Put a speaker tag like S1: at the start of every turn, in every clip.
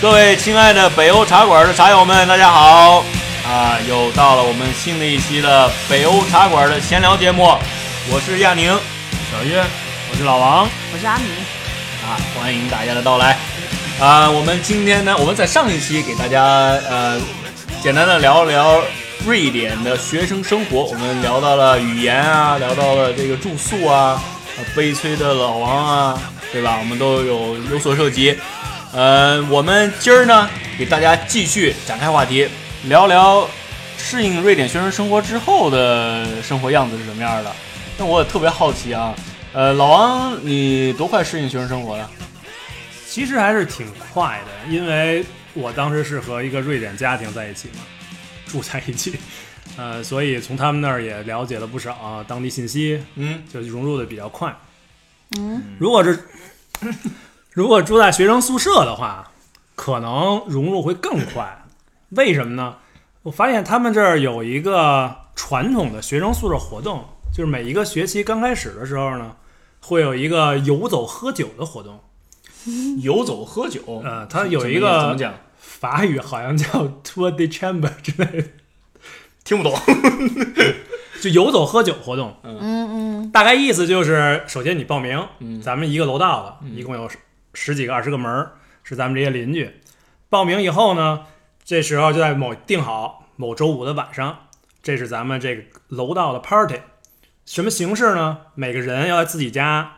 S1: 各位亲爱的北欧茶馆的茶友们，大家好！啊，又到了我们新的一期的北欧茶馆的闲聊节目，我是亚宁，
S2: 小月，
S1: 我是老王
S3: 我是阿米，
S1: 啊，欢迎大家的到来。啊，我们今天呢，我们在上一期给大家呃简单的聊了聊瑞典的学生生活，我们聊到了语言啊，聊到了这个住宿啊，呃悲催的老王啊，对吧？我们都有有所涉及。呃，我们今儿呢，给大家继续展开话题，聊聊适应瑞典学生生活之后的生活样子是什么样的。那我也特别好奇啊，呃，老王，你多快适应学生生活了？
S2: 其实还是挺快的，因为我当时是和一个瑞典家庭在一起嘛， 住在一起，呃，所以从他们那儿也了解了不少、啊当地信息，
S1: 嗯，
S2: 就融入的比较快。
S3: 嗯，
S2: 如果是 如果住在学生宿舍的话，可能融入会更快。为什么呢？我发现他们这儿有一个传统的学生宿舍活动，就是每一个学期刚开始的时候呢，会有一个游走喝酒的活动。
S1: 游走喝酒，
S2: 呃，它有一
S1: 嗯怎么
S2: 个
S1: 讲？
S2: 法语好像叫 tour de chamber 之类的，
S1: 听不懂。
S2: 就游走喝酒活动。
S3: 嗯嗯
S2: 大概意思就是，首先你报名，
S1: 嗯
S2: 咱们一个楼道的，
S3: 嗯
S2: 一共有十十几个、二十个门儿，是咱们这些邻居。报名以后呢，这时候就在某定好某周五的晚上，这是咱们这个楼道的 party，什么形式呢？每个人要在自己家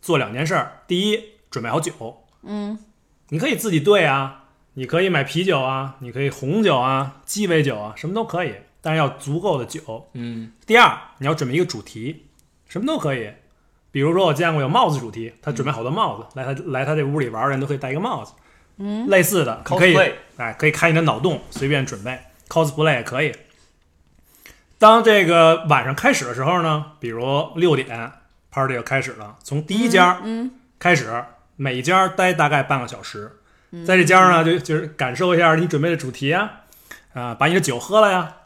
S2: 做两件事儿：第一，准备好酒，
S3: 嗯
S2: 你可以自己兑啊，你可以买啤酒啊，你可以红酒啊、鸡尾酒啊，什么都可以，但是要足够的酒。
S1: 嗯
S2: 第二，你要准备一个主题，什么都可以。比如说，我见过有帽子主题，他准备好多帽子，来他来他这屋里玩儿的人都可以戴一个帽子，
S3: 嗯，
S2: 类似的，你可以
S1: ，cosplay，
S2: 哎，可以开你的脑洞，随便准备 cosplay 也可以。当这个晚上开始的时候呢，比如六点 party 就开始了，从第一家
S3: 嗯
S2: 开始，每一家待大概半个小时，
S3: 嗯
S2: 在这家呢就就是感受一下你准备的主题啊，啊、把你的酒喝了呀，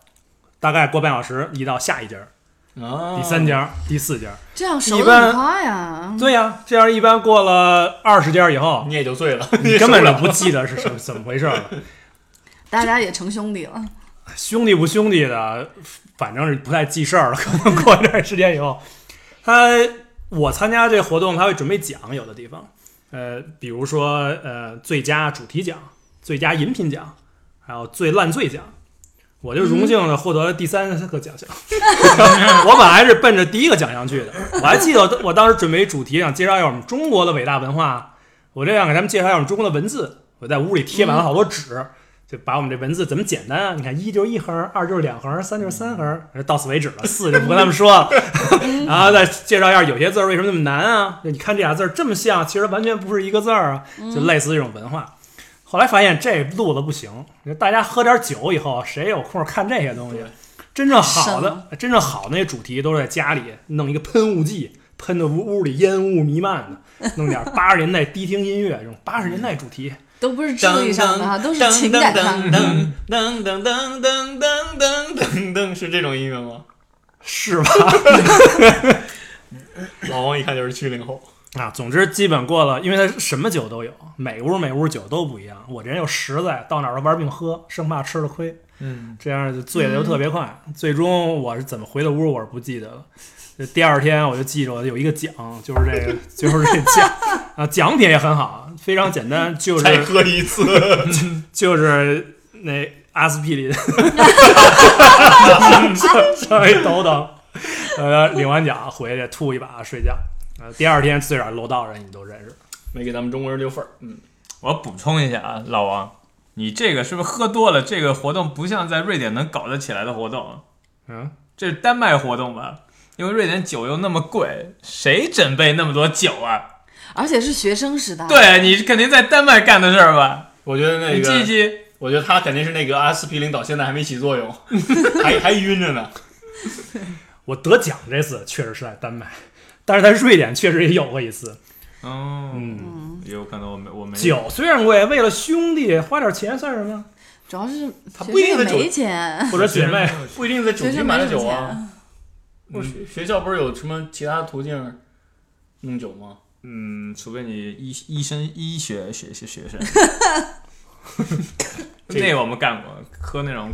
S2: 大概过半小时移到下一家、
S1: 啊
S2: 第三家、第四家，
S3: 这样熟
S2: 一
S3: 的
S2: 般
S3: 很快呀。
S2: 对呀、这样一般过了二十家以后，
S1: 你也就醉了，
S2: 你
S1: 也
S2: 根本
S1: 受
S2: 就
S1: 了
S2: 不记得是什么怎么回事了，
S3: 大家也成兄弟了。
S2: 兄弟不兄弟的，反正是不太记事儿了。 可能过一段时间以后，他我参加这活动，他会准备奖，有的地方，呃，比如说呃最佳主题奖、最佳饮品奖，还有最烂醉奖。我就荣幸的获得了第三个奖项， 我本来是奔着第一个奖项去的。我还记得我当时准备主题想介绍一下我们中国的伟大文化，我这想给他们介绍一下我们中国的文字。我在屋里贴满了好多纸，就把我们这文字怎么简单啊？你看，一就是一横，二就是两横，三就是三横，到此为止了，四就不跟他们说了。然后再介绍一下有些字儿为什么那么难啊？就你看这俩字儿这么像，其实完全不是一个字儿啊，就类似这种文化。后来发现这路子不行，大家喝点酒以后，谁有空看这些东西
S1: 对？
S2: 真正好
S3: 什
S2: 的，真正好那些主题都是在家里弄一个喷雾剂，喷的屋屋里烟雾弥漫的，弄点八十年代迪厅音乐这种八十年代主题，
S3: 都不是智力上的哈，都是情感上的。
S1: 噔噔噔噔噔噔噔噔噔，是这种音乐吗？
S2: 是吧？
S1: 老王一看就是七零后，
S2: 啊，总之基本过了，因为它什么酒都有，每屋每屋酒都不一样。我这人又实在，到哪儿都玩命喝，生怕吃了亏，
S1: 嗯，
S2: 这样就醉的又特别快。最终我是怎么回的屋，我是不记得了。就第二天我就记着有一个奖，就是这个，就是这 奖啊，奖品也很好，非常简单，就
S1: 再
S2: 是
S1: 喝一次，
S2: 就是那阿 司匹林，稍微抖抖，呃，领完奖回去吐一把睡觉。呃，第二天最少楼道人你都认识。
S1: 没给咱们中国人留份儿，嗯，
S4: 我补充一下啊，老王，你这个是不是喝多了？这个活动不像在瑞典能搞得起来的活动，
S2: 嗯，
S4: 这是丹麦活动吧？因为瑞典酒又那么贵，谁准备那么多酒啊？
S3: 而且是学生时代。，
S4: 对你肯定在丹麦干的事儿吧？
S1: 我觉得那
S4: 你记
S1: 个，
S4: 记，
S1: 我觉得他肯定是那个阿司匹林到现在还没起作用， 还还晕着呢，
S2: 我得奖这次确实是在丹麦，但是在瑞典确实也有过一次。
S4: 哦，
S2: 嗯，
S3: 嗯，
S4: 有可能我没我没
S2: 酒虽然贵，为了兄弟花点钱算什么？
S3: 主要是
S1: 他
S3: 学
S1: 不一定
S3: 生
S1: 在
S3: 也
S1: 酒
S3: 没钱，
S2: 或者姐妹，
S1: 不一定在酒
S3: 学
S1: 局
S3: 生
S1: 买
S3: 没
S1: 的
S3: 什么
S1: 酒啊，
S3: 钱。
S1: 不是学学校不是有什么其他途径弄酒吗？
S4: 嗯，除非你医医生医学学学学生，
S1: 这个
S4: 那我们干过，喝那种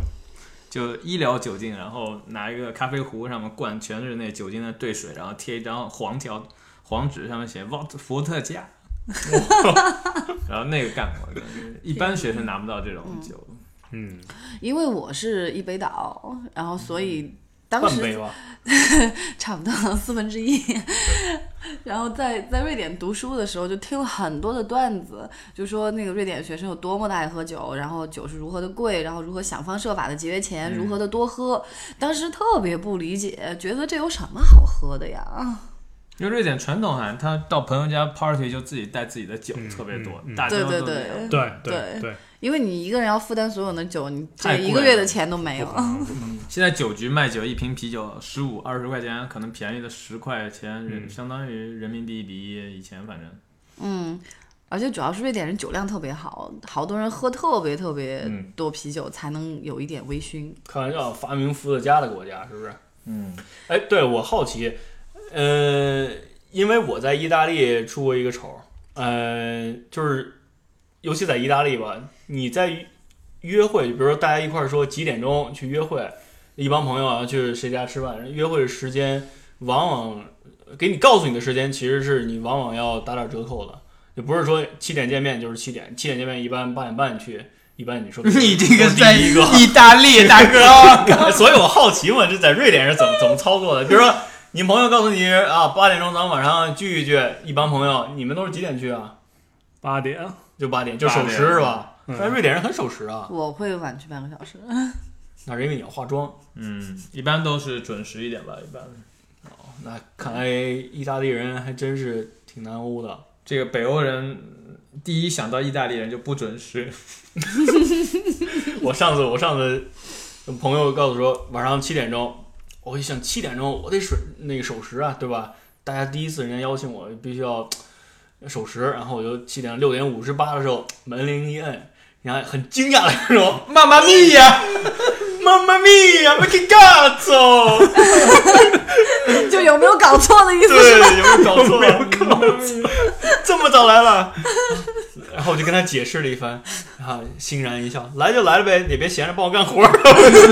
S4: 就医疗酒精，然后拿一个咖啡壶上面灌全是那酒精的兑水，然后贴一张黄条黄纸，上面写 “What 伏特加”，然后那个干过，就是一般学生拿不到这种酒，
S2: 嗯，
S3: 因为我是一北岛，然后所以当
S2: 半
S3: 时
S2: 杯吧，
S3: 差不多 四分之一。然后在在瑞典读书的时候，就听了很多的段子，就说那个瑞典学生有多么的爱喝酒，然后酒是如何的贵，然后如何想方设法的节约钱，如何的多喝。当时特别不理解，觉得这有什么好喝的呀？
S4: 因为瑞典传统好像他到朋友家 party 就自己带自己的酒，
S2: 嗯
S4: 特别多，
S2: 嗯嗯
S4: 大家
S3: 对
S4: 都
S3: 对
S4: 这样
S3: 对，
S2: 对
S3: 对
S2: 对，
S3: 因为你一个人要负担所有的酒，你
S4: 太
S3: 这
S4: 贵
S3: 一个月的钱都没有。
S4: 现在酒局卖酒，一瓶啤酒十五二十块钱，可能便宜的十块钱，人、相当于人民币比一。以前反正
S3: 嗯，而且主要是瑞典人酒量特别好，好多人喝特别特别
S4: 嗯
S3: 多啤酒才能有一点微醺。
S1: 开玩笑，发明伏特加的国家是不是？
S4: 嗯，
S1: 哎，对我好奇，呃，因为我在意大利出过一个丑，呃，就是尤其在意大利吧，你在约会，比如说大家一块儿说几点钟去约会，一帮朋友啊去谁家吃饭，约会时间往往给你告诉你的时间，其实是你往往要打点折扣的，也不是说七点见面就是七点，七点见面一般八点半去，一般你说
S4: 你这个
S1: 我
S4: 在
S1: 第一个
S4: 意大利大 哥，啊
S1: 所以我好奇嘛，这在瑞典是怎么怎么操作的？比如说，你朋友告诉你啊，八点钟咱们晚上聚一聚，一帮朋友，你们都是几点去啊？
S2: 八点，
S1: 就八点，就守时是吧？
S2: 嗯
S1: 但瑞典人很守时啊，
S3: 我会晚去半个小时，
S1: 那是因为你要化妆。
S4: 嗯，一般都是准时一点吧，一般。
S1: 那看来意大利人还真是挺难欧的。
S4: 这个北欧人第一想到意大利人就不准时，
S1: 我上次我上次朋友告诉说晚上七点钟，我一想七点钟我得守那个守时啊，对吧？大家第一次人家邀请我必须要呃守时，然后我就七点六点五十八的时候门铃一摁，然后很惊讶的说
S4: 妈妈咪呀！
S1: 妈妈咪呀，我去干走！
S3: 就有没有搞错的意思？
S1: 对，有没有搞 错？ 这么早来了？然后我就跟他解释了一番，然后欣然一笑，来就来了呗，也别闲着帮我干活儿，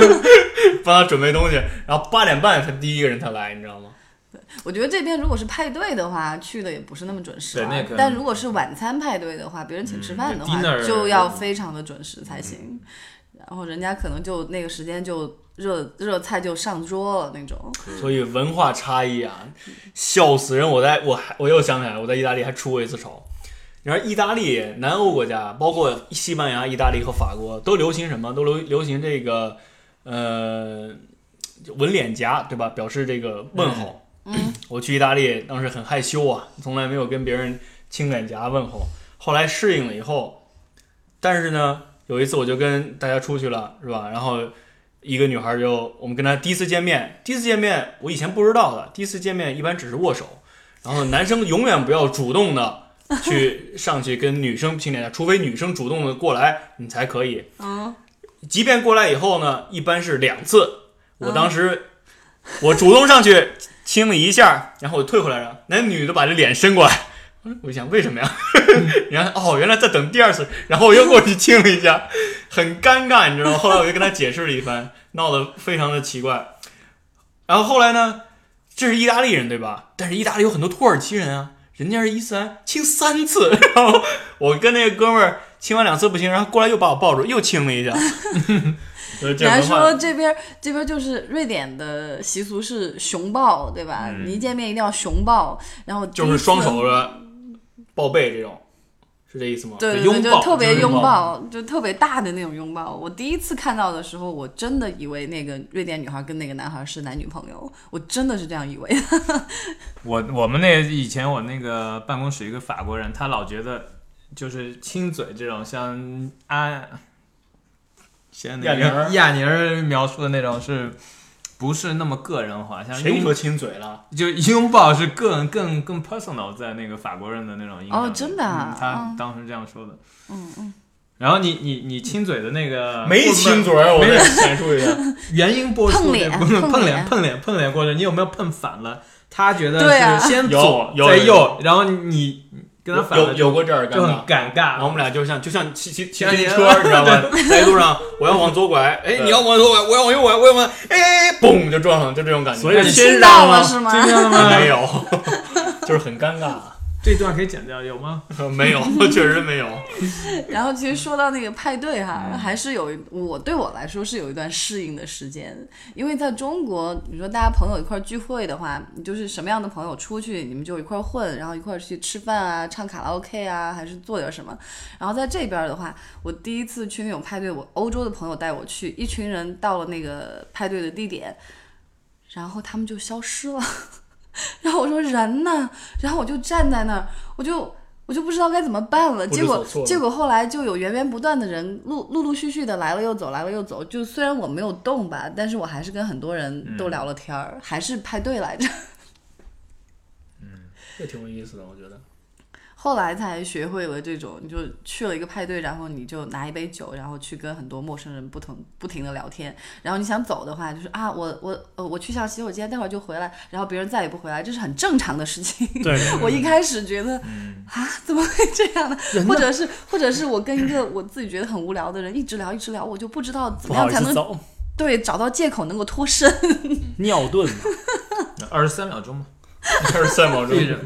S1: 帮他准备东西。然后八点半他第一个人才来，你知道吗？
S3: 我觉得这边如果是派对的话，去的也不是那么准时、
S4: 对
S3: 啊
S4: 那个
S3: 但如果是晚餐派对的话，别人请吃饭的话，
S4: 嗯，dinner 嗯
S3: 就要非常的准时才行。然后人家可能就那个时间就热热菜就上桌了那种。
S1: 所以文化差异啊，笑死人！我在我还我又想起来，我在意大利还出过一次丑。你说意大利、南欧国家，包括西班牙、意大利和法国，都流行什么？都流流行这个呃纹脸颊，对吧？表示这个问候。
S3: 嗯，
S1: 我去意大利当时很害羞啊，从来没有跟别人亲脸颊问候。后来适应了以后，但是呢，有一次我就跟大家出去了，是吧？然后一个女孩儿就我们跟她第一次见面，第一次见面我以前不知道的，第一次见面一般只是握手，然后男生永远不要主动的去上去跟女生亲脸颊，除非女生主动的过来你才可以。
S3: 嗯，
S1: 即便过来以后呢，一般是两次。我当时我主动上去亲了一下，然后我退回来了，那女的把这脸伸过来。我一想为什么呀？ 然后哦，原来在等第二次，然后我又过去亲了一下，很尴尬，你知道吗？后来我就跟她解释了一番，闹得非常的奇怪。然后后来呢，这是意大利人对吧？但是意大利有很多土耳其人啊，人家是伊斯兰，亲三次。 然后我跟那个哥们儿亲完两次不行，然后过来又把我抱住，又亲了一下。 就是这
S3: 难
S1: 文化
S3: 说这边这边就是瑞典的习俗是熊抱，对吧？
S4: 嗯
S3: 你一见面一定要熊抱，然后
S1: 就
S3: 第一
S1: 是
S3: 次
S1: 双手的抱背这种，是这意思吗？
S3: 对对
S1: 拥
S3: 对，
S1: 抱，
S3: 就特别
S1: 就是
S3: 拥
S1: 抱。
S3: 抱，就特别大的那种拥抱。我第一次看到的时候，我真的以为那个瑞典女孩跟那个男孩是男女朋友，我真的是这样以为。
S4: 我我们那以前我那个办公室一个法国人，他老觉得就是亲嘴这种像安、像那
S1: 亚宁儿
S4: 个亚宁儿描述的那种是。不是那么个人化，像
S1: 谁
S4: 拥
S1: 说亲嘴了？
S4: 就拥抱是更更更 personal，在那个法国人的那种印象里。
S3: 哦真的啊
S4: 嗯他
S3: 嗯
S4: 当时这样说的。
S3: 嗯嗯，
S4: 然后你你你亲嘴的那个
S1: 没亲嘴，我
S4: 啊没
S1: 得
S4: 有
S1: 阐述一下。
S4: 原因播出
S3: 碰脸
S4: 这部分碰
S3: 碰
S4: 脸
S3: 脸
S4: 碰脸碰脸过程，你有没有碰反了？他觉得
S3: 对啊
S4: 是先
S1: 有
S4: 左
S1: 有
S4: 再
S1: 有
S4: 右，然后你跟他反
S1: 有
S4: 了就
S1: 有过这样的尴
S4: 就很
S1: 尬。
S4: 尴
S1: 然
S4: 尬。
S1: 后我们俩就像就像骑骑骑自
S4: 像
S1: 行
S4: 你
S1: 车，你知道吗？在路上，我要往左拐，哎，
S4: 对
S1: 你要往左拐，我要往右拐，我要往，哎，嘣就撞上，就这种感觉。
S2: 所以
S1: 但
S3: 你
S1: 是
S2: 先
S3: 听到
S2: 让
S3: 了
S2: 了
S3: 是吗？
S1: 没有，就是很尴尬，
S4: 这段可以剪掉有吗？
S1: 没有，确实没有。
S3: 然后其实说到那个派对哈，还是有一我对我来说是有一段适应的时间，因为在中国，你说大家朋友一块儿聚会的话，你就是什么样的朋友出去，你们就一块儿混，然后一块儿去吃饭啊、唱卡拉 OK 啊，还是做点什么。然后在这边的话，我第一次去那种派对，我欧洲的朋友带我去，一群人到了那个派对的地点，然后他们就消失了。 然后我说人呢？然后我就站在那儿，我就我就不知道该怎么办了。
S1: 不知
S3: 结
S1: 所
S3: 果
S1: 措了
S3: 结果后来就有源源不断的人陆陆陆续续的来了又走，来了又走。就虽然我没有动吧，但是我还是跟很多人
S1: 嗯
S3: 都聊了天儿，还是派对来着。
S1: 这挺有意思的，我觉得。
S3: 后来才学会了这种，你就去了一个派对，然后你就拿一杯酒，然后去跟很多陌生人不同不停的聊天。然后你想走的话，就是啊，我我呃我去趟洗手间，待会儿就回来。然后别人再也不回来，这是很正常的事情。
S2: 对，
S3: 我一开始觉得
S1: 嗯
S3: 啊，怎么会这样呢？或者是或者是我跟一个我自己觉得很无聊的人一直聊一直聊，我就不知道怎
S2: 不
S3: 么
S2: 好
S3: 样
S2: 意
S3: 才
S2: 思
S3: 能
S2: 走，
S3: 对找到借口能够脱身。
S2: 尿遁嘛。
S4: 二十三秒钟嘛，
S1: 二十三秒钟
S4: 闭。着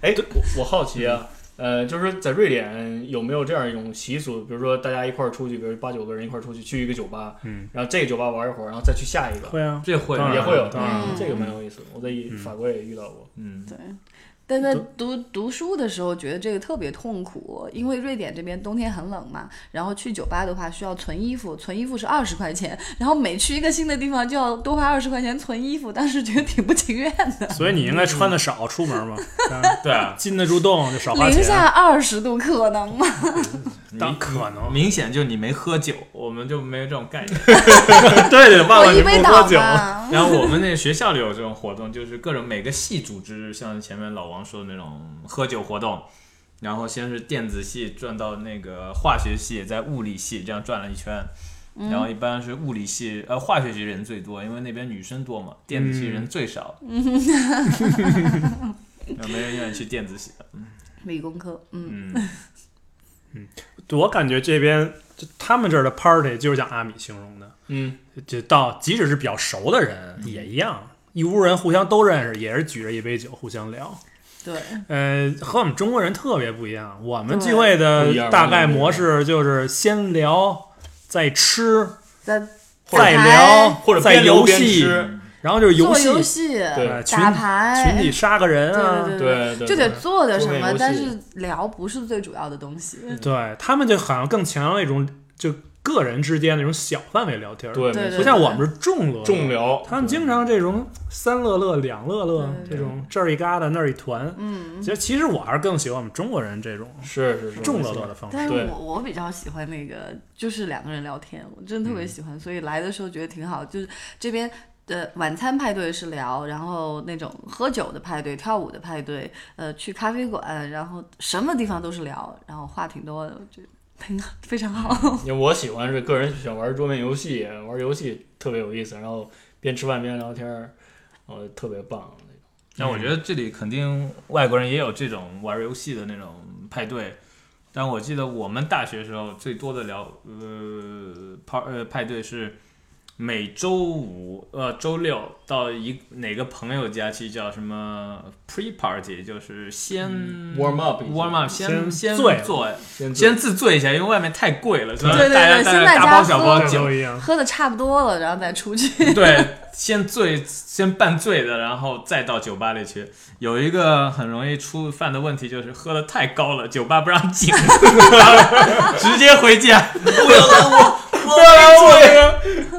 S1: 哎，我我好奇啊，
S2: 嗯
S1: 呃，就是在瑞典有没有这样一种习俗，比如说大家一块儿出去，比如八九个人一块儿出去，去一个酒吧，
S2: 嗯，
S1: 然后这个酒吧玩一会儿，然后再去下一个，
S2: 会啊，
S4: 这会
S2: 当然
S1: 也会有，
S2: 当然嗯
S3: 嗯
S1: 这个蛮有意思的。我在法国也遇到过，
S4: 嗯，
S3: 对，但在
S2: 都
S3: 读读书的时候，觉得这个特别痛苦，因为瑞典这边冬天很冷嘛，然后去酒吧的话需要存衣服，存衣服是二十块钱，然后每去一个新的地方就要多花二十块钱存衣服，当时觉得挺不情愿的。
S2: 所以你应该穿的少出门嘛，当然
S4: 对啊，
S2: 禁得住洞就少花
S3: 零下
S2: 钱。
S3: 二十度可能吗？
S2: 当可能，
S4: 明显就你没喝酒，我们就没有这种概念。
S2: 对对，万
S3: 我
S2: 万
S3: 一
S2: 你不
S3: 杯
S2: 喝
S3: 倒
S2: 酒，
S3: 吧。
S4: 然后我们那学校里有这种活动，就是各种每个系组织，像前面老王说的那种喝酒活动，然后先是电子系转到那个化学系，在物理系这样转了一圈，然后一般是物理系呃化学系人最多，因为那边女生多嘛，电子系人最少，然后 没人愿意去电子系的，
S3: 理工科，嗯，
S4: 嗯，
S2: 我感觉这边就他们这儿的 party 就是像阿米形容的，
S1: 嗯，
S2: 就到即使是比较熟的人也一样，一屋人互相都认识，也是举着一杯酒互相聊。
S3: 对，
S2: 呃，和我们中国人特别不一样，我们
S3: 对
S2: 聚会
S1: 不一样
S2: 的大概
S1: 不一样
S2: 模式就是先聊，再吃，
S3: 在打
S2: 再
S3: 牌
S2: 聊，
S1: 或者
S2: 再
S1: 边
S2: 游
S1: 聊边
S2: 戏，
S1: 吃，
S2: 然后就是游
S3: 做
S2: 戏，
S3: 游戏、
S1: 对
S2: 呃群
S3: 打牌、
S2: 群体杀个人啊，
S3: 哎对
S1: 对对，
S3: 就得做点什
S1: 桌面游
S3: 么
S1: 戏，
S3: 但是聊不是最主要的东西。
S2: 对他们就好像更强调那种就个人之间那种小范围聊天儿，
S1: 对
S3: 对
S1: 没
S2: 不
S1: 错
S2: 像我们是众乐
S1: 重。聊，
S2: 他们经常这种三乐乐、两乐乐
S3: 对
S2: 这种这儿一疙瘩那儿一团，
S3: 嗯，
S2: 其实其实我还是更喜欢我们中国人这种
S1: 是是是
S2: 众乐乐的，方式。
S3: 但是
S1: 对
S3: 我我比较喜欢那个，就是两个人聊天，我真的
S2: 嗯
S3: 特别喜欢，所以来的时候觉得挺好。就是这边的晚餐派对是聊，然后那种喝酒的派对、跳舞的派对，呃，去咖啡馆，然后什么地方都是聊，然后话挺多的，我觉得挺好，非常 好。
S1: 因为我喜欢是个人喜欢玩桌面游戏，玩游戏特别有意思，然后边吃饭边聊天儿，呃，特别棒。
S4: 但我觉得这里肯定外国人也有这种玩游戏的那种派对，但我记得我们大学时候最多的聊呃派呃派对是每周五呃周六到一哪个朋友家去叫什么 pre party，就是先
S3: 嗯
S1: warm up 一下
S4: warm up 先
S2: 先
S4: 先
S2: 醉
S4: 做
S1: 先
S4: 先自醉一下，因为外面太贵了，所以
S3: 对对
S4: 大家
S3: 对
S4: 大
S3: 先
S4: 家
S3: 在
S4: 大
S3: 家
S4: 包小包
S3: 喝
S4: 酒
S2: 都一样，
S3: 喝的差不多了，然后再出去。
S4: 对，先醉，先半醉的，然后再到酒吧里去。有一个很容易出犯的问题就是喝的太高了，酒吧不让进， 直接回家。不要拦我，不要拦我。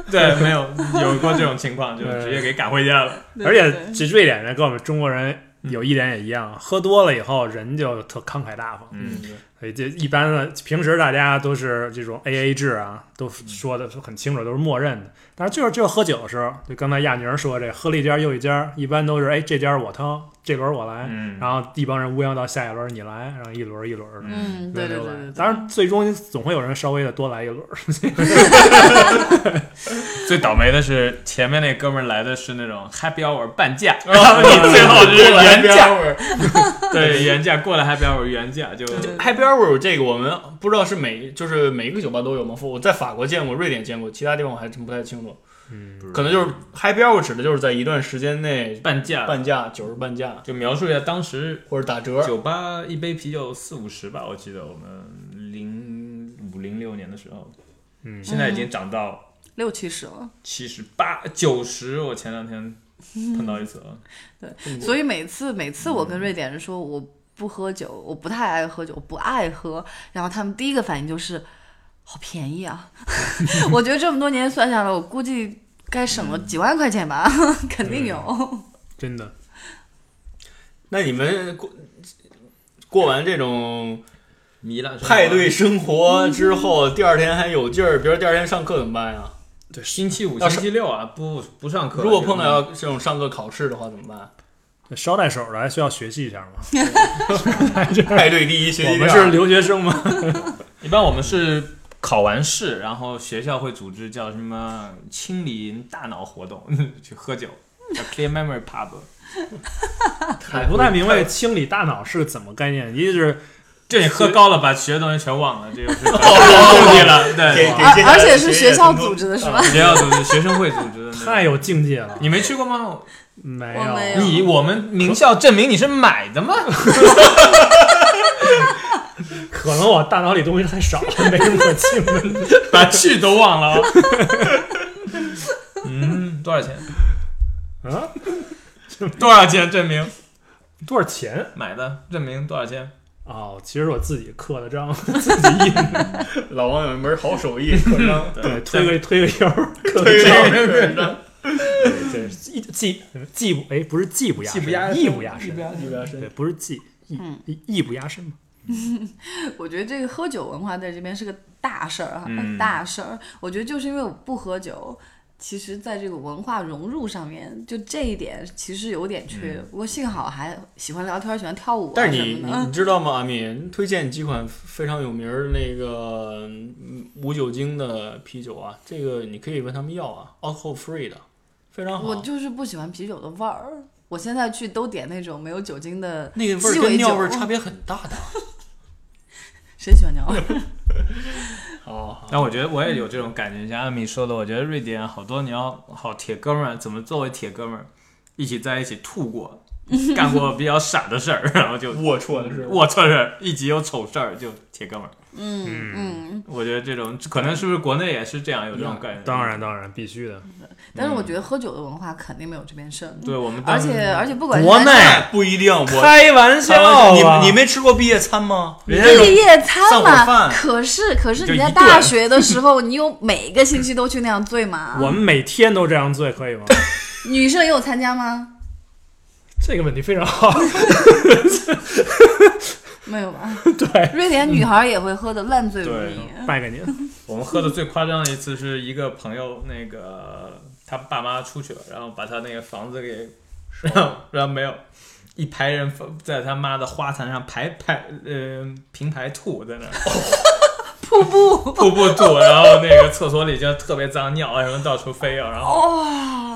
S4: 对，没有有过这种情况，就
S2: 对
S4: 直接给赶回家了。
S3: 对
S2: 而
S3: 对
S2: 且这瑞典嗯人跟我们中国人有一点也一样，喝多了以后人就特慷慨大方，
S4: 嗯，
S2: 所以哎这一般的平时大家都是这种 A A 制啊，都
S3: 嗯
S2: 说的很清楚，都是默认的。但是就是只有喝酒的时候，就刚才亚宁说这喝了一家又一家，一般都是哎这家我掏，这轮我来，
S4: 嗯，
S2: 然后一帮人乌泱到下一轮你来，然后一轮一轮的。
S3: 嗯，对对
S2: 轮流
S3: 对
S2: 来
S3: 对，
S2: 当然最终总会有人稍微的多来一轮儿，
S4: 最倒霉的是前面那哥们儿来的是那种 Happy Hour 半 价，然后哦你最后就是原 价，对原价过了 Happy Hour 原价就
S3: 对
S1: Happy Hour 这个我们不知道是每就是每一个酒吧都有吗？我在法国见过，瑞典见过，其他地方我还真不太清楚。
S2: 嗯，
S1: 可能就是 Happy Hour 指的就是在一段时间内
S4: 半价，
S1: 半价，九十半价
S4: 就描述一下当时
S1: 或者打折。
S4: 酒吧一杯啤酒四五十吧，我记得我们零五零六年的时候，
S2: 嗯
S4: 现在已经涨到
S3: 六七十了。
S4: 七十八九十，我前两天碰到一次啊，
S3: 所以每次每次我跟瑞典人说我不喝酒，我不太爱喝酒，我不爱喝，然后他们第一个反应就是好便宜啊！ 我觉得这么多年算下来，我估计该省了几万块钱吧， 肯定有。
S2: 真的。
S1: 那你们过过完这种
S4: 糜烂生活
S1: 派对。生活之后，第二天还有劲儿，比如第二天上课怎么办呀？
S4: 对，星期五、
S1: 要
S4: 星
S1: 是
S4: 期六啊，不不上课。
S1: 如果碰到要这种上课考试的话怎么办？
S2: 捎带手的还需要学习一下吗？
S1: 派对第一学
S2: 我
S1: 习第
S2: 们是
S1: 二，
S2: 留学生吗？
S4: 一般我们是考完试，然后学校会组织叫什么清理大脑活动， 去喝酒，叫 Clear Memory Pub。
S2: 我不太明白清理大脑是个怎么概念，一是
S4: 就你喝高了，把学的东西全忘了，这就是
S1: 啊
S4: 目的 了。
S1: 给
S4: 对，
S1: 给接
S3: 而
S1: 下来
S3: 而
S1: 的
S3: 且是
S1: 学业
S3: 学校
S1: 增
S3: 组
S1: 多
S3: 织的是 吧？
S1: 啊
S4: 学校组织、学生会组织的那
S2: 太
S4: 种。
S2: 有境界了。
S4: 你没去过吗？
S2: 没
S3: 我没有
S4: 你我们名校证明你是买的吗？
S2: 可能我大脑里东西太少了，没什么可清的。
S4: 把去都忘了。啊 嗯，多少钱？
S2: 啊，
S4: 多少钱证明
S2: 多少钱？
S4: 买的？证明多少钱？
S2: 哦，其实我自己刻的章，自己印的。
S1: 老王有一门好手 艺，可张
S2: 对，推个推个油儿，刻
S1: 推
S2: 个章
S1: 上可张，
S2: 对，技技技不哎，不是技不压
S4: 技不压
S2: 身，
S4: 身
S2: 艺不压身。
S1: 一边身
S2: 对，不是技，艺
S3: 嗯
S2: 艺艺不压身嘛。
S3: 我觉得这个喝酒文化在这边是个大事儿哈，啊
S4: 嗯
S3: 大事儿。我觉得就是因为我不喝酒，其实在这个文化融入上面，就这一点其实有点缺。不过幸好还喜欢聊天，喜欢跳舞、啊，
S1: 嗯但是你
S3: 什么
S1: 你
S3: 的。
S1: 你知道吗，阿米推荐几款非常有名儿的那个嗯无酒精的啤酒啊，这个你可以问他们要啊，alcohol free 的，非常
S3: 我
S1: 好。
S3: 就是不喜欢啤酒的味儿。我现在去都点那种没有酒精的，
S1: 那个味
S3: 鸡
S1: 儿
S3: 尾
S1: 跟尿
S3: 酒
S1: 味儿差别很大的。
S3: 谁喜欢尿 味儿？
S1: 哦，好
S4: 但我觉得我也有这种感觉，像艾米说的，我觉得瑞典好多你要好铁哥们儿，怎么作为铁哥们儿一起在一起吐过，干过比较傻的事儿， 然后就
S1: 龌龊的是吧
S4: 龌龊事儿，一起有丑事儿就铁哥们儿。
S3: 嗯嗯，
S4: 我觉得这种可能是不是国内也是这样有这种概
S2: 嗯
S4: 念？
S2: 当，然当然，必须的。
S3: 但是
S1: 嗯
S3: 我觉得喝酒的文化肯定没有这边盛。
S4: 对我们当
S3: 而且而且不管是
S2: 国
S3: 在
S2: 内
S1: 不一定，我
S2: 开玩笑啊，
S1: 你你没吃过毕业餐吗？人家有
S3: 毕业餐
S1: 散伙
S3: 嘛，
S1: 饭
S3: 可是可是
S4: 就
S3: 你
S4: 一
S3: 在大学的时候，你有每个星期都去那样醉吗？
S2: 我们每天都这样醉，可以吗？
S3: 女生也有参加吗？
S2: 这个问题非常好。
S3: 没有 吧？
S2: 对，
S3: 瑞典女孩也会喝的烂醉如泥。
S2: 拜个年。
S4: 我们喝的最夸张的一次是一个朋友那个他爸妈出去了，然后把他那个房子给，然后然后没有。一排人在他妈的花坛上排排，呃，平排吐在那儿，
S3: 瀑布
S4: 瀑布吐，然后那个厕所里就特别脏，尿啊什么到处飞啊，然后，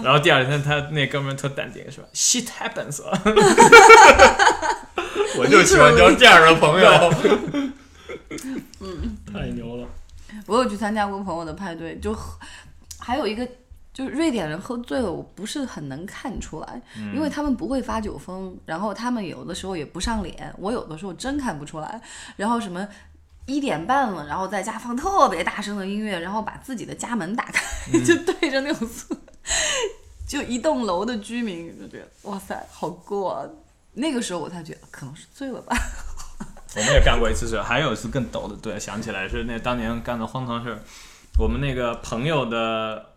S4: 然后第二天他那哥们儿特淡定说 shit happens，啊
S1: 我就喜欢交这样的朋友。 嗯，太牛了。
S3: 我有去参加过朋友的派对，就喝还有一个就是瑞典人喝醉了，我不是很能看出来，
S4: 嗯
S3: 因为他们不会发酒疯，然后他们有的时候也不上脸，我有的时候真看不出来。然后什么一点半了，然后在家放特别大声的音乐，然后把自己的家门打开，
S4: 嗯
S3: 就对着那种宿就一栋楼的居民，就觉得哇塞，好过、啊。那个时候我才觉得可能是醉了吧。
S4: 我们也干过一次事，还有一次更逗的，对，想起来是那当年干的荒唐事儿，我们那个朋友的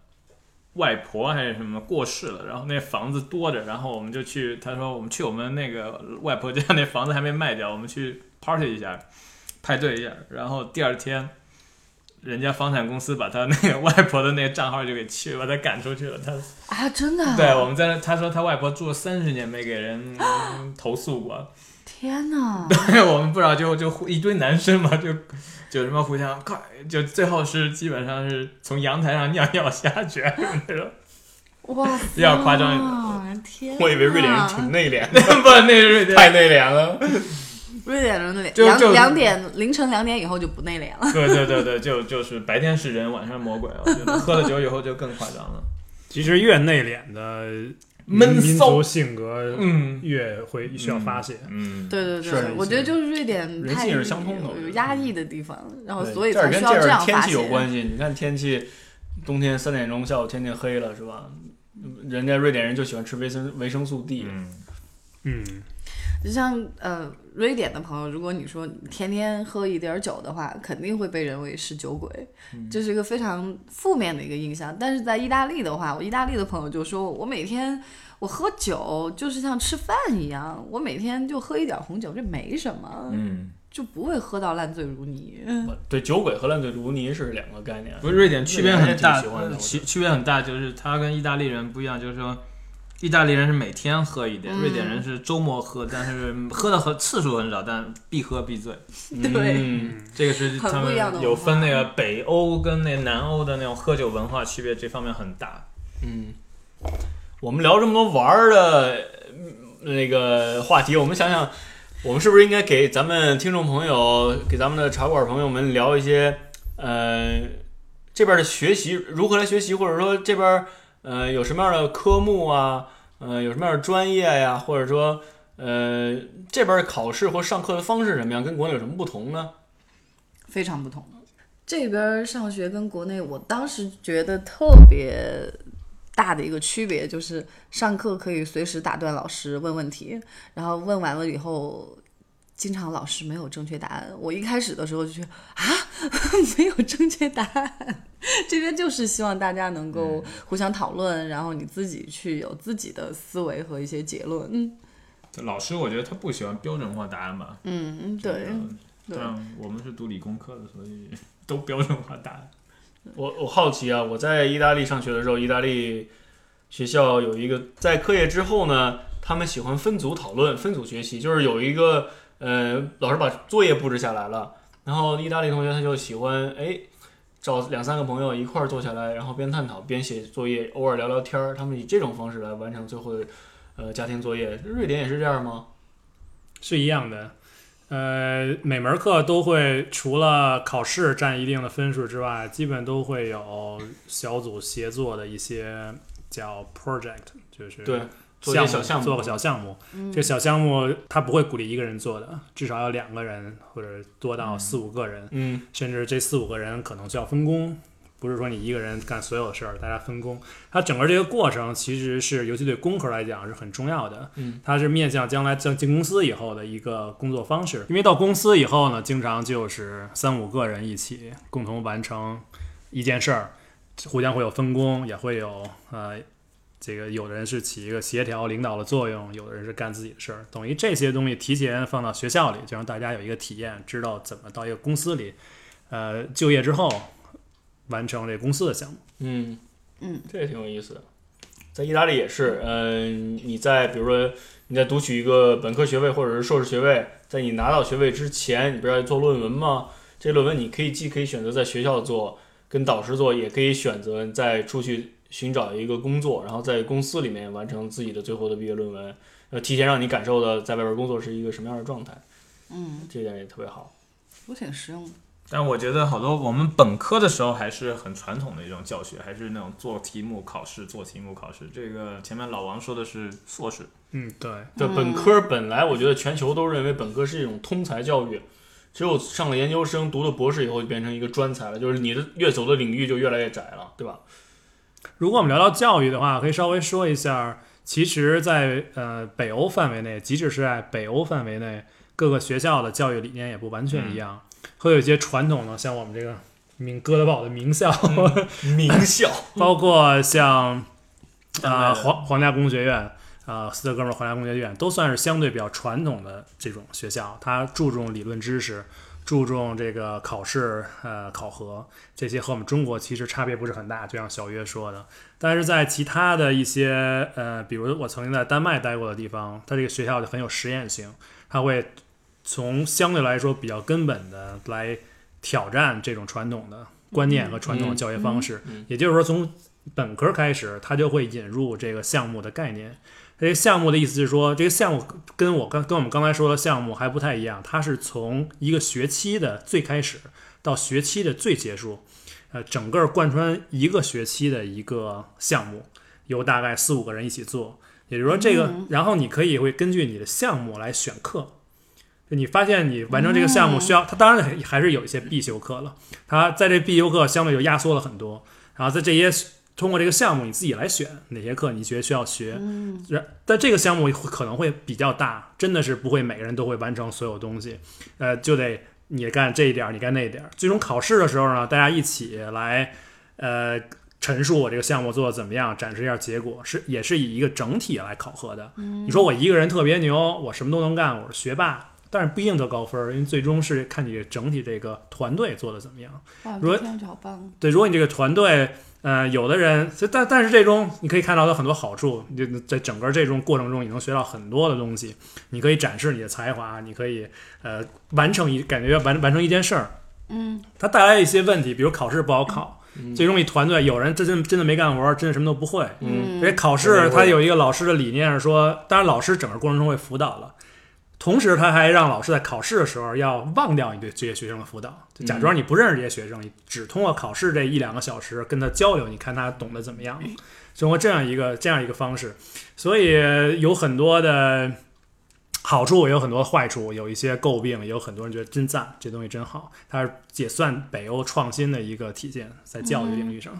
S4: 外婆还是什么过世了，然后那房子多着，然后我们就 去，他说我们去我们那个外婆家那房子还没卖掉，我们去 party 一下，派对一下，然后第二天。人家房产公司把他 那个外婆的那个账号就给去，把他赶出去了。他
S3: 啊，真的啊，
S4: 对我们在那，他说他外婆住了三十年没给人投诉过，
S3: 天哪，
S4: 我们不知道就就互一堆男生嘛，就就什么互相快，就最后是基本上是从阳台上尿尿下去啊那 种。
S3: 哇塞，
S4: 比较夸张一
S3: 天哪，
S1: 我以为瑞典
S3: 啊
S1: 人挺内敛的，
S4: 不，那是瑞典
S1: 太内敛了。
S3: 瑞典人
S4: 就
S3: 两
S4: 就嗯
S3: 两点凌晨两点以后就不内敛了，
S4: 对对对对，就就是白天是人，晚上魔鬼。我觉得喝了酒以后就更夸张了。
S2: 其实越内敛的
S4: 闷
S2: 民
S4: 骚
S2: 族性格
S4: 嗯
S2: 越会需要发泄。
S4: 嗯，
S3: 对对对，
S1: 是
S3: 我觉得就是瑞典
S4: 人
S3: 太
S4: 性是相通的我觉
S3: 有
S4: 得
S3: 压抑的地方，然后
S1: 对
S3: 哦所以
S1: 这儿
S3: 才
S1: 跟
S3: 需
S1: 这儿
S3: 要样
S1: 天
S3: 发
S1: 气
S3: 泄。
S1: 有关系。你看天气，冬天三点钟，下午天天黑了，是吧？人家瑞典人就喜欢吃维生维生素 D，、
S4: 嗯，
S2: 嗯，
S3: 就像呃，瑞典的朋友，如果你说你天天喝一点儿酒的话，肯定会被认为是酒鬼，这是一个非常负面的一个印象。但是在意大利的话，我意大利的朋友就说，我每天我喝酒就是像吃饭一样，我每天就喝一点儿红酒，这没什么，
S4: 嗯，
S3: 就不会喝到烂醉如泥。
S1: 不对酒鬼和烂醉如泥是两个概念。
S4: 不是瑞典区别很
S1: 瑞典人挺
S4: 大
S1: 喜欢的，我觉
S4: 区
S1: 得
S4: 区别很大，就是他跟意大利人不一样，就是说。意大利人是每天喝一点，
S3: 嗯
S4: 瑞典人是周末喝，但是嗯喝的很次数很少，但必喝必醉。
S3: 对，
S1: 嗯，
S4: 这个是他
S3: 很不一样的文化
S4: 们
S3: 嗯
S4: 有分那个北欧跟那南欧的那种喝酒文化区别，这方面很大。
S1: 嗯，我们聊这么多玩儿的嗯那个话题，我们想想，我们是不是应该给咱们听众朋友、给咱们的茶馆朋友们聊一些，呃，这边的学习如何来学习，或者说这边呃有什么样的科目啊，呃有什么样的专业呀、或者说呃这边考试或上课的方式怎么样，跟国内有什么不同呢？
S3: 非常不同。这边儿上学跟国内，我当时觉得特别大的一个区别就是，上课可以随时打断老师问问题，然后问完了以后，经常老师没有正确答案。我一开始的时候就觉得啊， 没有正确答案。这边就是希望大家能够互相讨论，然后你自己去有自己的思维和一些结论。嗯
S4: 老师，我觉得他不喜欢标准化答案吧？
S3: 嗯，对，对
S4: 但我们是读理工科的，所以都标准化答案。
S1: 我我好奇啊，我在意大利上学的时候，意大利学校有一个在课业之后呢，他们喜欢分组讨论、分组学习，就是有一个呃，老师把作业布置下来了，然后意大利同学他就喜欢哎。找两三个朋友一块儿坐下来，然后边探讨边写作业，偶尔聊聊天儿。他们以这种方式来完成最后的呃家庭作业。瑞典也是这样吗？
S2: 是一样的。呃，每门课都会除了考试占一定的分数之外，基本都会有小组协作的一些叫 project，就是
S1: 对，做一些小项目
S2: 做个小项目。
S3: 嗯
S2: 这个小项目它不会鼓励一个人做的，至少要两个人或者多到四五个人，
S1: 嗯，
S2: 甚至这四五个人可能需要分工，不是说你一个人干所有事儿，大家分工。它整个这个过程其实是，尤其对工科来讲是很重要的。
S1: 嗯，
S2: 它是面向将来进进公司以后的一个工作方式，因为到公司以后呢，经常就是三五个人一起共同完成一件事儿，互相会有分工，也会有呃。这个有的人是起一个协调领导的作用，有的人是干自己的事儿，等于这些东西提前放到学校里，就让大家有一个体验，知道怎么到一个公司里，呃，就业之后完成这公司的项目。
S1: 嗯，
S3: 嗯，
S1: 这也挺有意思的。在意大利也是，嗯、你在比如说你在读取一个本科学位或者是硕士学位，在你拿到学位之前，你不是要做论文吗？这论文你可以既可以选择在学校做，跟导师做，也可以选择再出去寻找一个工作，然后在公司里面完成自己的最后的毕业论文，呃，提前让你感受的在外边工作是一个什么样的状态，
S3: 嗯，
S1: 这点也特别好。
S3: 我挺实用的。
S4: 但我觉得好多我们本科的时候还是很传统的一种教学，还是那种做题目考试、做题目考试。这个前面老王说的是硕士，
S2: 嗯，对，
S1: 对，本科本来我觉得全球都认为本科是一种通才教育，只有上了研究生、读了博士以后，就变成一个专才了，就是你的越走的领域就越来越窄了，对吧？
S3: 嗯
S2: 如果我们聊到教育的话，可以稍微说一下，其实在，呃北欧范围内，即使是在北欧范围内，各个学校的教育理念也不完全一样，会有一些传统的，像我们这个名哥德堡的名校，
S1: 名校，
S2: 包括像
S4: 丹麦
S2: 呃
S4: 的
S2: 皇皇家工学院。啊、斯德哥尔摩皇家工学院都算是相对比较传统的这种学校，它注重理论知识，注重这个考试、呃考核这些和我们中国其实差别不是很大，就像小月说的。但是在其他的一些呃，比如我曾经在丹麦待过的地方，它这个学校就很有实验性，它会从相对来说比较根本的来挑战这种传统的观念和传统的教学方式。
S4: 嗯嗯
S2: 也就是说，从本科开始，它就会引入这个项目的概念。这个项目的意思是说，这个项目跟我刚跟我们刚才说的项目还不太一样，它是从一个学期的最开始到学期的最结束，呃，整个贯穿一个学期的一个项目，由大概四五个人一起做。也就是说，这个，然后你可以会根据你的项目来选课。就你发现你完成这个项目需要，它当然还是有一些必修课了，它在这必修课相对就压缩了很多。然后在这些通过这个项目你自己来选哪些课你觉得需要学，然但这个项目可能会比较大，真的是不会每个人都会完成所有东西，呃，就得你干这一点儿，你干那一点儿。最终考试的时候呢，大家一起来，呃，陈述我这个项目做的怎么样，展示一下结果，是也是以一个整体来考核的。你说我一个人特别牛，我什么都能干，我是学霸。但是不一定得高分儿，因为最终是看你整体这个团队做的怎么样。
S3: 哇，
S2: 如果
S3: 这听上去好棒！
S2: 对，如果你这个团队，呃，有的人，所以但但是这种你可以看到有很多好处，你就在整个这种过程中，你能学到很多的东西，你可以展示你的才华，你可以呃完成一感觉完完成一件事儿，
S3: 嗯，
S2: 它带来一些问题，比如考试不好考，
S4: 嗯
S2: 最终一团队有人真真真的没干活儿，真的什么都不会，
S4: 嗯
S2: 而且考
S4: 对
S2: 试
S4: 对
S2: 它有一个老师的理念是说，当然老师整个过程中会辅导了，同时他还让老师在考试的时候要忘掉你对这些学生的辅导，就假装你不认识这些学生，你只通过考试这一两个小时跟他交流，你看他懂得怎么样，通过这样一个这样一个方式，所以有很多的。好处也有很多坏处，有一些诟病，也有很多人觉得真赞，这东西真好。它也算北欧创新的一个体现，在教育领域上。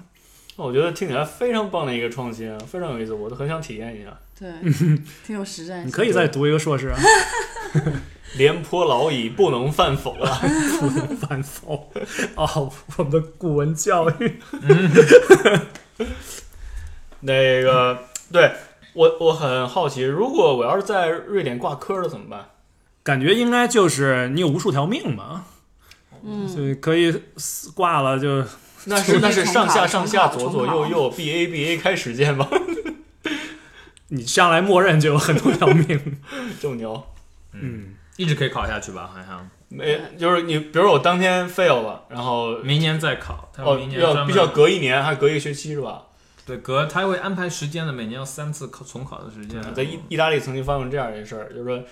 S1: 那我觉得听起来非常棒的一个创新，啊，非常有意思，我都很想体验一下。
S3: 对，挺有实战性。
S2: 你可以再读一个硕士啊，
S1: 廉颇老矣，不能饭否啊！
S2: 反讽 哦，我们的古文教育，
S1: 那个，对我我很好奇，如果我要是在瑞典挂科了怎么办？
S2: 感觉应该就是你有无数条命嘛，
S3: 嗯，
S2: 所以可以死挂了就
S1: 那是那是上下上下左
S3: 重考
S1: 左右
S3: 重考
S1: 右 B A B A 开始键吧，
S2: 你上来默认就有很多条命，
S1: 这么牛。
S2: 嗯，
S4: 一直可以考下去吧？好像
S3: 嗯
S1: 没，就是你，比如我当天 fail 了，然后
S4: 明年再考，他
S1: 哦
S4: 明年专
S1: 要
S4: 门
S1: 必须要隔一年，还隔一个学期是吧？
S4: 对隔，他会安排时间的，每年要三次考重考的时间。
S1: 在意意大利曾经发生这样一事儿，就是说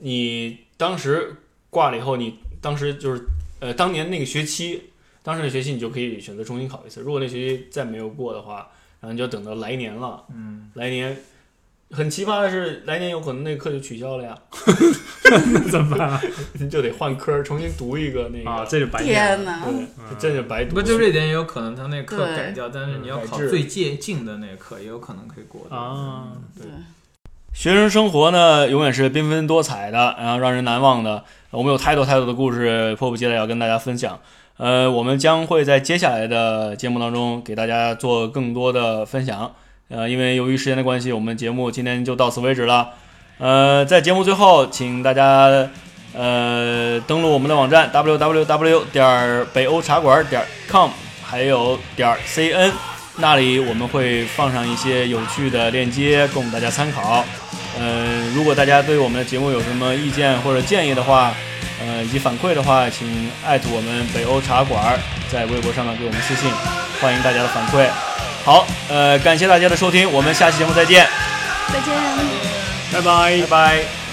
S1: 你当时挂了以后，你当时就是呃当年那个学期，当时那学期你就可以选择重新考一次。如果那学期再没有过的话，然后你就要等到来年了。
S4: 嗯，
S1: 来年很奇葩的是，来年有可能那课就取消了呀，
S2: 那 怎么办啊？
S1: 你就得换科儿重新读一个那个。
S2: 啊这就白念
S3: 天
S2: 了。
S3: 哪！
S1: 对，就真是白读。嗯
S4: 不就瑞典也有可能他那课
S3: 对
S4: 改掉，但是你要
S1: 改
S4: 考
S1: 制
S4: 最接近的那课，也有可能可以过的。嗯
S2: 啊，
S1: 对
S3: 对，
S1: 学生生活呢，永远是缤纷多彩的，然后让人难忘的。我们有太多太多的故事，迫不及待要跟大家分享。呃，我们将会在接下来的节目当中给大家做更多的分享。呃，因为由于时间的关系，我们节目今天就到此为止了。呃，在节目最后，请大家呃登录我们的网站 www 点儿北欧茶馆点儿 com，还有点儿 cn，那里我们会放上一些有趣的链接供大家参考。呃，如果大家对我们的节目有什么意见或者建议的话，呃，以及反馈的话，请艾特我们北欧茶馆，在微博上面给我们私信，欢迎大家的反馈。好，呃，感谢大家的收听，我们下期节目再见，
S3: 再见。
S1: 拜拜，拜拜。